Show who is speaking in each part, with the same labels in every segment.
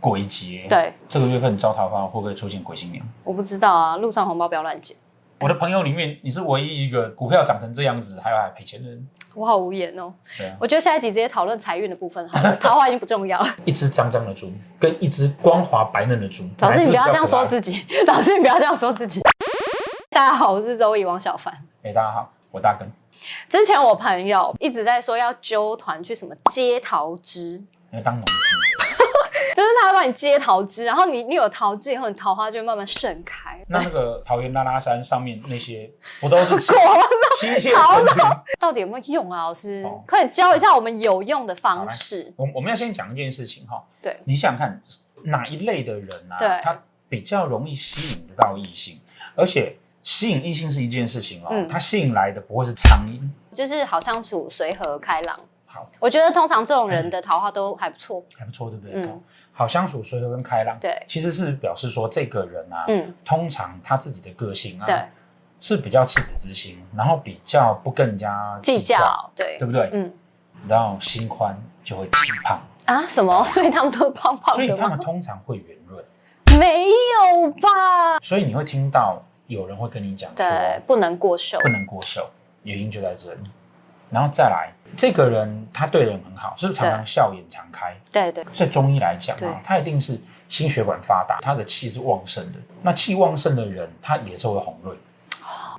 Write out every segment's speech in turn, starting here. Speaker 1: 鬼节，，
Speaker 2: 对，
Speaker 1: 这个月份招桃花会不会出现鬼新娘？
Speaker 2: 我不知道啊，路上红包不要乱捡，
Speaker 1: 我的朋友里面，你是唯一一个股票涨成这样子还有还赔钱的人，
Speaker 2: 我好无言哦。
Speaker 1: 对啊，
Speaker 2: 我觉得下一集直接讨论财运的部分好 了，桃花已经不重要了。
Speaker 1: 一只脏脏的猪跟一只光滑白嫩的猪，
Speaker 2: 老师，你不要这样说
Speaker 1: 己。
Speaker 2: 自己， 老师，你不要这样说自己。大家好，我是周易王小凡。
Speaker 1: 哎、大家好，我大根，
Speaker 2: 之前我朋友一直在说要揪团去什么接桃枝，
Speaker 1: 你哎当农夫，
Speaker 2: 就是他帮你接桃枝，然后你你有桃枝以后，你桃花就会慢慢盛开。
Speaker 1: 那那个桃园拉拉山上面那些，不都 是机械
Speaker 2: 好
Speaker 1: 工具？
Speaker 2: 到底有没有用啊，老师
Speaker 1: 好？
Speaker 2: 快点教一下我们有用的方式。
Speaker 1: 我我们要先讲一件事情哈，
Speaker 2: 对，
Speaker 1: 你想想看哪一类的人啊，
Speaker 2: 对
Speaker 1: 他比较容易吸引得到异性，而且吸引异性是一件事情哦，
Speaker 2: 嗯
Speaker 1: 他吸引来的不会是苍蝇，
Speaker 2: 就是好相处、随和、开朗。
Speaker 1: 好，
Speaker 2: 我觉得通常这种
Speaker 1: 哎
Speaker 2: 人的桃花都还不错。
Speaker 1: 还不错，对不对？
Speaker 2: 嗯
Speaker 1: 哦好相处、随和跟开朗，
Speaker 2: 对，
Speaker 1: 其实是表示说这个人啊，
Speaker 2: 嗯，
Speaker 1: 通常他自己的个性啊，
Speaker 2: 对，
Speaker 1: 是比较赤子之心，然后比较不跟人家
Speaker 2: 计
Speaker 1: 较，
Speaker 2: 较，对
Speaker 1: 对，不对？
Speaker 2: 嗯
Speaker 1: 然后心宽就会体胖，
Speaker 2: 啊，什么？ 所以他们都是胖胖
Speaker 1: 所以
Speaker 2: 的
Speaker 1: 他
Speaker 2: 吗
Speaker 1: 们？通常会圆润，
Speaker 2: 没有吧？
Speaker 1: 所以你会听到有人会跟你讲说
Speaker 2: 对，不能过瘦。
Speaker 1: 不能过瘦，原因就在这里。然后再来，这个人他对人很好，是不是常常
Speaker 2: 对
Speaker 1: 笑颜常开？
Speaker 2: 对对，
Speaker 1: 在中医来讲
Speaker 2: 对
Speaker 1: 啊，他一定是心血管发达，他的气是旺盛的。那气旺盛的人，他脸色会红润。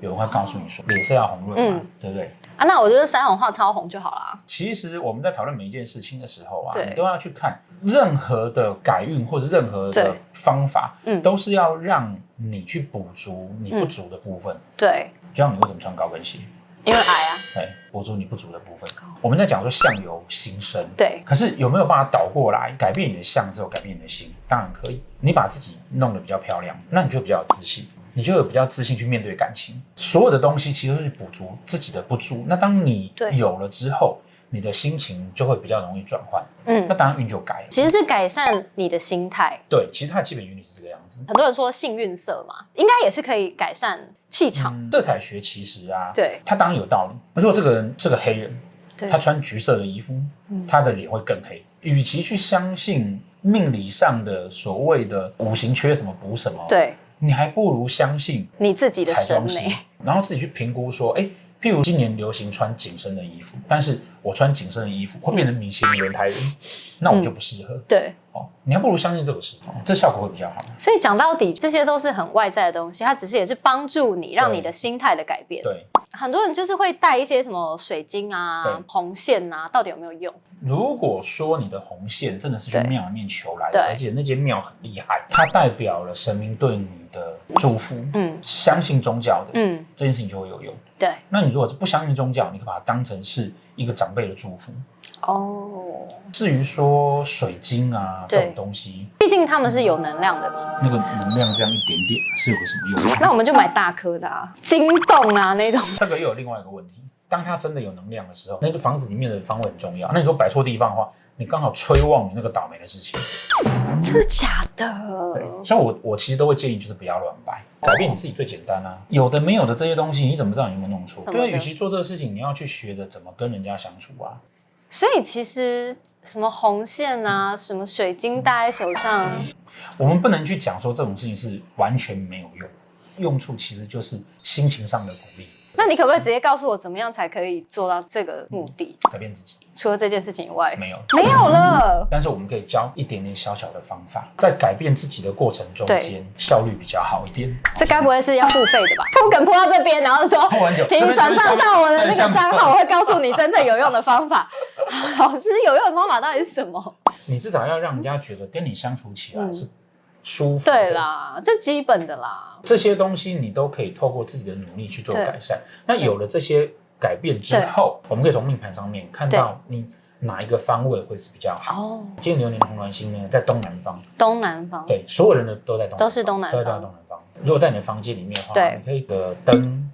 Speaker 1: 有人会告诉你说，脸色要红润嘛，
Speaker 2: 哦嗯
Speaker 1: 对不对？
Speaker 2: 啊，那我觉得三红画超红就好啦。
Speaker 1: 其实我们在讨论每一件事情的时候啊，
Speaker 2: 对
Speaker 1: 你都要去看任何的改运或者任何的
Speaker 2: 对
Speaker 1: 方法，
Speaker 2: 嗯，
Speaker 1: 都是要让你去补足你不足的部分。
Speaker 2: 对，
Speaker 1: 就像你为什么穿高跟鞋，
Speaker 2: 因为矮啊，
Speaker 1: 哎，补足你不足的部分
Speaker 2: 哦。
Speaker 1: 我们在讲说相由心生，
Speaker 2: 对，
Speaker 1: 可是有没有办法倒过来改变你的相之后改变你的心？当然可以，你把自己弄得比较漂亮，那你就比较有自信，你就有比较自信去面对感情。所有的东西其实都是补足自己的不足。那当你
Speaker 2: 对
Speaker 1: 有了之后，你的心情就会比较容易转换，那
Speaker 2: 嗯，
Speaker 1: 当然运就改了。
Speaker 2: 其实是改善你的心态。
Speaker 1: 对，其实它的基本原理是这个样子。
Speaker 2: 很多人说幸运色嘛，应该也是可以改善气场。
Speaker 1: 嗯色彩学其实啊，
Speaker 2: 对
Speaker 1: 它当然有道理。如果这个人是个黑人，
Speaker 2: 对
Speaker 1: 他，穿橘色的衣服，
Speaker 2: 嗯
Speaker 1: 他的脸会更黑。与其去相信命理上的所谓的五行缺什么补什么，，
Speaker 2: 对
Speaker 1: 你还不如相信
Speaker 2: 你自己的
Speaker 1: 彩
Speaker 2: 审
Speaker 1: 妆师
Speaker 2: 美，，
Speaker 1: 然后自己去评估说，哎，譬如今年流行穿紧身的衣服，但是我穿紧身的衣服会变成米其林原台人，
Speaker 2: 嗯
Speaker 1: 那我就不适合、
Speaker 2: 对。
Speaker 1: 哦。你还不如相信这个事，哦这效果会比较好。
Speaker 2: 所以讲到底，这些都是很外在的东西，它只是也是帮助你，让
Speaker 1: 对
Speaker 2: 你的心态的改变。
Speaker 1: 对，
Speaker 2: 很多人就是会带一些什么水晶啊
Speaker 1: 对、
Speaker 2: 红线啊，到底有没有用？
Speaker 1: 如果说你的红线真的是去
Speaker 2: 对
Speaker 1: 庙里面求来
Speaker 2: 对
Speaker 1: 的，而且那间庙很厉害，它代表了神明对你的祝福，
Speaker 2: 嗯
Speaker 1: 相信宗教的，
Speaker 2: 嗯，
Speaker 1: 这件事情就会有用。
Speaker 2: 对。
Speaker 1: 那你如果是不相信宗教，你可以把它当成是一个长辈的祝福。
Speaker 2: 哦，
Speaker 1: 至于说水晶啊
Speaker 2: 对
Speaker 1: 这种东西，
Speaker 2: 毕竟他们是有能量的嘛，
Speaker 1: 那个能量这样一点点是有什么用？
Speaker 2: 那我们就买大颗的啊，金洞啊那种。
Speaker 1: 这个又有另外一个问题，当它真的有能量的时候，那个房子里面的方位很重要。那你如果摆错地方的话，你刚好催旺你那个倒霉的事情。
Speaker 2: 真的假
Speaker 1: 对
Speaker 2: 的，？
Speaker 1: 所以我我其实都会建议就是不要乱摆，改变你自己最简单啊。有的没有的这些东西，你怎么知道你有没有弄错？
Speaker 2: 怎么
Speaker 1: 对，
Speaker 2: 的
Speaker 1: 与其做这个事情，你要去学着怎么跟人家相处啊。
Speaker 2: 所以其实什么红线啊，什么水晶戴在手上，
Speaker 1: 我们不能去讲说这种事情是完全没有用，用处其实就是心情上的鼓励，
Speaker 2: 那你可不可以直接告诉我，怎么样才可以做到这个目的？
Speaker 1: 改变自己
Speaker 2: 除了这件事情以外，
Speaker 1: 没有。
Speaker 2: 没有了。
Speaker 1: 但是我们可以教一点点小小的方法，在改变自己的过程中
Speaker 2: 对
Speaker 1: 间，效率比较好一点。
Speaker 2: 这该不会是要付费 的吧？铺梗铺到这边，然后说
Speaker 1: 喝完酒，
Speaker 2: 请
Speaker 1: 这边
Speaker 2: 转账到我的那个
Speaker 1: 这边
Speaker 2: 账号，我会告诉你真正有用的方法。 老师，有用的方法到底是什么？
Speaker 1: 你至少要让人家觉得跟你相处起来
Speaker 2: 嗯
Speaker 1: 是舒服。
Speaker 2: 对，啦，这基本的啦。
Speaker 1: 这些东西你都可以透过自己的努力去做
Speaker 2: 对
Speaker 1: 改善。那有了这些改变之后，我们可以从命盘上面看到你哪一个方位会是比较好。
Speaker 2: 哦，
Speaker 1: 今天流年红鸾星呢，在东南方，
Speaker 2: 东南方，
Speaker 1: 对，所有人的都在东南方
Speaker 2: 都是东南
Speaker 1: 都
Speaker 2: 方
Speaker 1: 在东南方。如果在你的房间里面的话，
Speaker 2: 对
Speaker 1: 你可以的灯。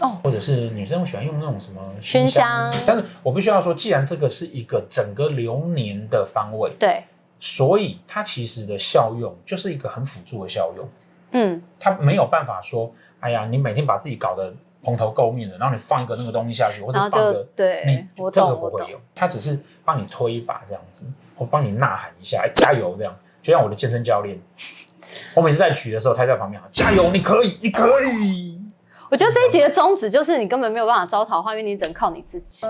Speaker 2: 哦
Speaker 1: 或者是女生会喜欢用那种什么
Speaker 2: 熏
Speaker 1: 香
Speaker 2: 香，
Speaker 1: 但是我必须要说，既然这个是一个整个流年的方位，
Speaker 2: 对，
Speaker 1: 所以它其实的效用就是一个很辅助的效用。
Speaker 2: 嗯，
Speaker 1: 他没有办法说，哎呀，你每天把自己搞得蓬头垢面的，然后你放一个那个东西下去，或者
Speaker 2: 然后
Speaker 1: 放
Speaker 2: 就
Speaker 1: 个
Speaker 2: 对
Speaker 1: 你，
Speaker 2: 我
Speaker 1: 这个
Speaker 2: 懂，
Speaker 1: 不
Speaker 2: 我
Speaker 1: 会
Speaker 2: 懂。
Speaker 1: 有，他只是帮你推一把这样子，或帮你呐喊一下，哎加油这样。就像我的健身教练，我每次在举的时候，他在旁边喊加油，你可以，你可以。
Speaker 2: 我觉得
Speaker 1: 嗯
Speaker 2: 这一集的宗旨就是你根本没有办法招桃花，因为你只能靠你自己。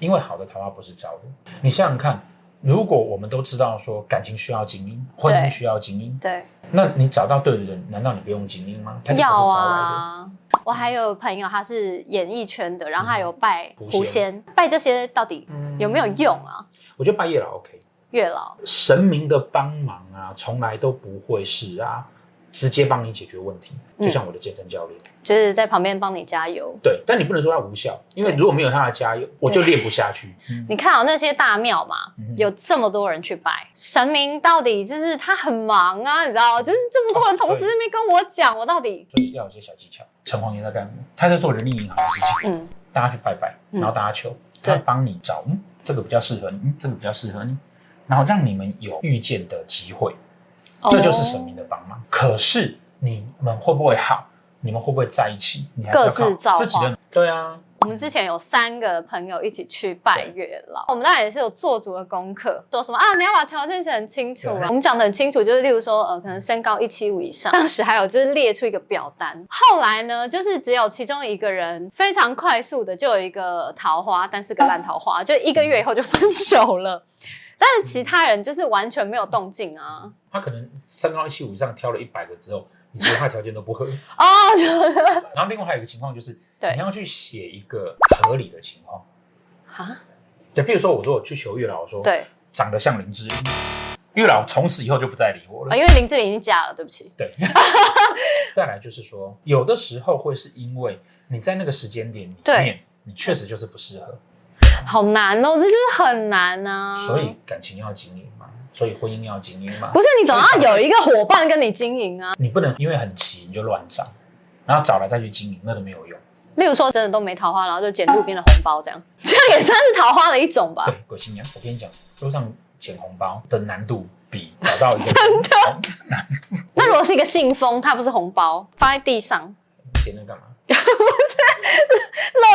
Speaker 1: 因为好的桃花不是招的。你想想看，如果我们都知道说感情需要经营，婚姻
Speaker 2: 对
Speaker 1: 需要经营，
Speaker 2: 对，
Speaker 1: 那你找到对的人，难道你不用经营吗？他就不是
Speaker 2: 要
Speaker 1: 招来的。
Speaker 2: 啊。我还有朋友，他是演艺圈的，然后他有拜
Speaker 1: 狐
Speaker 2: 狐仙，拜这些到底
Speaker 1: 嗯
Speaker 2: 有没有用啊？
Speaker 1: 我觉得拜月老 OK，
Speaker 2: 月老，
Speaker 1: 神明的帮忙啊，从来都不会是啊，直接帮你解决问题。
Speaker 2: 嗯
Speaker 1: 就像我的健身教练，
Speaker 2: 就是在旁边帮你加油。
Speaker 1: 对，但你不能说他无效，因为
Speaker 2: 对
Speaker 1: 如果没有他的加油，我就练不下去。嗯
Speaker 2: 你看啊，那些大庙嘛
Speaker 1: 嗯哼，
Speaker 2: 有这么多人去拜，神明到底就是他很忙啊，你知道，就是这么多人同时在那边跟我讲，我到底
Speaker 1: 所以要有些小技巧。城隍爷在干什么？他在做人力银行的事情，
Speaker 2: 嗯，
Speaker 1: 大家去拜拜，
Speaker 2: 嗯
Speaker 1: 然后大家求，
Speaker 2: 对
Speaker 1: 他帮你找，嗯，这个比较适合你，嗯，这个比较适合你，然后让你们有遇见的机会，这就是神明
Speaker 2: 哦
Speaker 1: 的帮忙。可是你们会不会好？你们会不会在一起？你还是
Speaker 2: 各
Speaker 1: 要靠
Speaker 2: 自造化
Speaker 1: 自己的。对啊，
Speaker 2: 我们之前有三个朋友一起去拜月老，我们当然也是有做足了功课，说什么啊，你要把条件写很清楚
Speaker 1: 对
Speaker 2: 啊。我们讲的很清楚，就是例如说，呃，可能身高一七五以上，当时还有就是列出一个表单。后来呢，就是只有其中一个人非常快速的就有一个桃花，但是个烂桃花，就一个月以后就分手了。但是其他人就是完全没有动静啊！
Speaker 1: 他可能身高一七五以上挑了一百个之后，你其他条件都不合。
Speaker 2: 哦， 就
Speaker 1: 然后另外还有一个情况就是，
Speaker 2: 对
Speaker 1: 你要去写一个合理的情况。
Speaker 2: 啊，
Speaker 1: 对，譬如说，我说我去求月老，我说
Speaker 2: 对
Speaker 1: 长得像林志玲，月老从此以后就不再理我了。
Speaker 2: 啊，因为林志玲已经嫁了，对不起。
Speaker 1: 对， 再来就是说，有的时候会是因为你在那个时间点里面
Speaker 2: 对，
Speaker 1: 你确实就是不适合，
Speaker 2: 好难哦，这就是很难啊。
Speaker 1: 所以感情要经营嘛，所以婚姻要经营嘛
Speaker 2: 不，是你总要有一个伙伴跟你经营啊。
Speaker 1: 你不能因为很急你就乱找，然后找来再去经营，那都没有用。
Speaker 2: 例如说真的都没桃花，然后就捡路边的红包这样， 这样也算是桃花的一种吧
Speaker 1: 对。，鬼新娘，我跟你讲，路上捡红包的难度比找到一个 真的
Speaker 2: 那如果是一个信封，它不是红包，放在地上，
Speaker 1: 捡那干嘛？
Speaker 2: 垃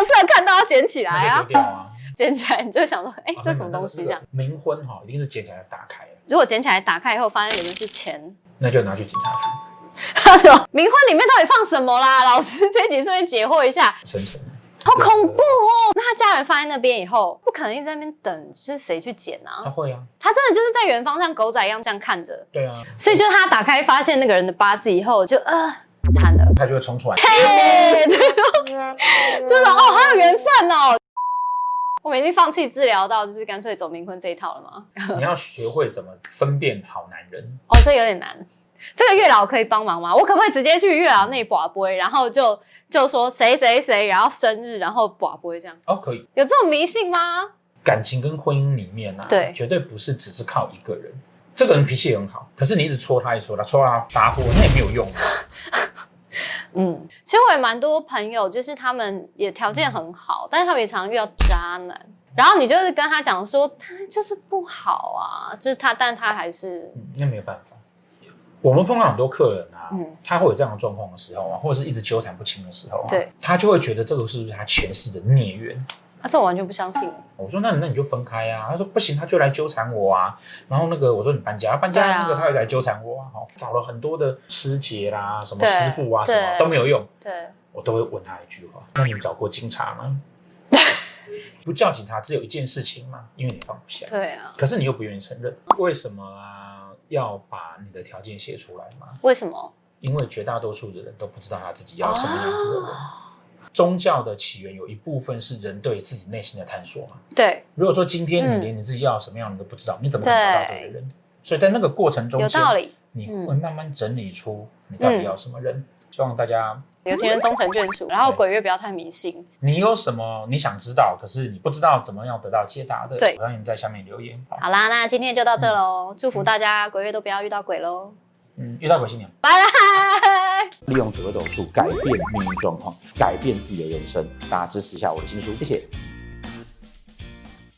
Speaker 2: 圾看到要捡起来
Speaker 1: 那就
Speaker 2: 啊
Speaker 1: 丢，掉啊！
Speaker 2: 捡起来你就会想说，哎、
Speaker 1: 啊
Speaker 2: 这什么东西？这样，？
Speaker 1: 那个冥婚哈，一定是捡起来打开，
Speaker 2: 如果捡起来打开以后发现里面是钱，
Speaker 1: 那就拿去警察
Speaker 2: 哦
Speaker 1: 局
Speaker 2: 他说冥婚里面到底放什么啦？老师这一集顺便解惑一下，
Speaker 1: 生存。
Speaker 2: 好恐怖哦。那他家人放在那边以后，不可能一直在那边等，是谁去捡
Speaker 1: 他
Speaker 2: 啊？
Speaker 1: 会啊，
Speaker 2: 他真的就是在远方像狗仔一样这样看着。
Speaker 1: 对啊，
Speaker 2: 所以就是他打开发现那个人的八字以后，就呃惨 了，
Speaker 1: 他就会冲出来。
Speaker 2: 嘿，对，就是哦，好有缘分哦。我们已经放弃治疗到就是干脆走冥婚这一套了吗？
Speaker 1: 你要学会怎么分辨好男人。
Speaker 2: 哦，这有点难。这个月老可以帮忙吗？我可不可以直接去月老那里卜杯，然后就就说谁谁谁，然后生日，然后卜杯这样？
Speaker 1: 哦，可以，
Speaker 2: 有这种迷信吗？
Speaker 1: 感情跟婚姻里面啊，
Speaker 2: 对
Speaker 1: 绝对不是只是靠一个人。这个人脾气也很好，可是你一直戳他，一直戳他，戳到他发火，那也没有用啊。
Speaker 2: 嗯，其实我也蛮多朋友，就是他们也条件很好，但是他们也常遇到渣男。然后你就是跟他讲说，他就是不好啊，就是他，但他还是
Speaker 1: 嗯，那没有办法。我们碰到很多客人啊，
Speaker 2: 嗯
Speaker 1: 他会有这样的状况的时候啊，或者是一直纠缠不清的时候、啊，
Speaker 2: 对，
Speaker 1: 他就会觉得这个是不是他前世的孽缘？
Speaker 2: 啊，这我完全不相信。
Speaker 1: 我说那那你就分开啊。他说不行，他就来纠缠我啊。然后那个我说你搬家，搬
Speaker 2: 对
Speaker 1: 家
Speaker 2: 啊
Speaker 1: 那个他又来纠缠我啊。好，找了很多的师姐啦，什么
Speaker 2: 对
Speaker 1: 师傅啊，什么
Speaker 2: 对
Speaker 1: 都没有用。
Speaker 2: 对，
Speaker 1: 我都会问他一句话：那你找过警察吗？ 不叫警察只有一件事情嘛，因为你放不下，
Speaker 2: 对啊，
Speaker 1: 可是你又不愿意承认，为什么啊？要把你的条件写出来嘛？
Speaker 2: 为什么？
Speaker 1: 因为绝大多数的人都不知道他自己要什么样子的
Speaker 2: 哦
Speaker 1: 人。宗教的起源有一部分是人对自己内心的探索嘛。
Speaker 2: 对，
Speaker 1: 如果说今天
Speaker 2: 嗯
Speaker 1: 你连你自己要什么样的都不知道，你怎么可能找到对的人？所以在那个过程中间，
Speaker 2: 有道理。
Speaker 1: 你
Speaker 2: 嗯
Speaker 1: 会慢慢整理出你到底要什么人。希望大家
Speaker 2: 有情人终成眷属，然后
Speaker 1: 对
Speaker 2: 鬼月不要太迷信。
Speaker 1: 你有什么你想知道，可是你不知道怎么样得到解答的，
Speaker 2: 对
Speaker 1: 我让你在下面留言。好，
Speaker 2: 好啦，那今天就到这喽，祝福大家鬼月都不要遇到鬼喽，
Speaker 1: 嗯，遇到鬼新娘。
Speaker 2: 拜拜。
Speaker 3: 利用折斗术改变命运状况，改变自己的人生。大家支持一下我的新书，谢谢。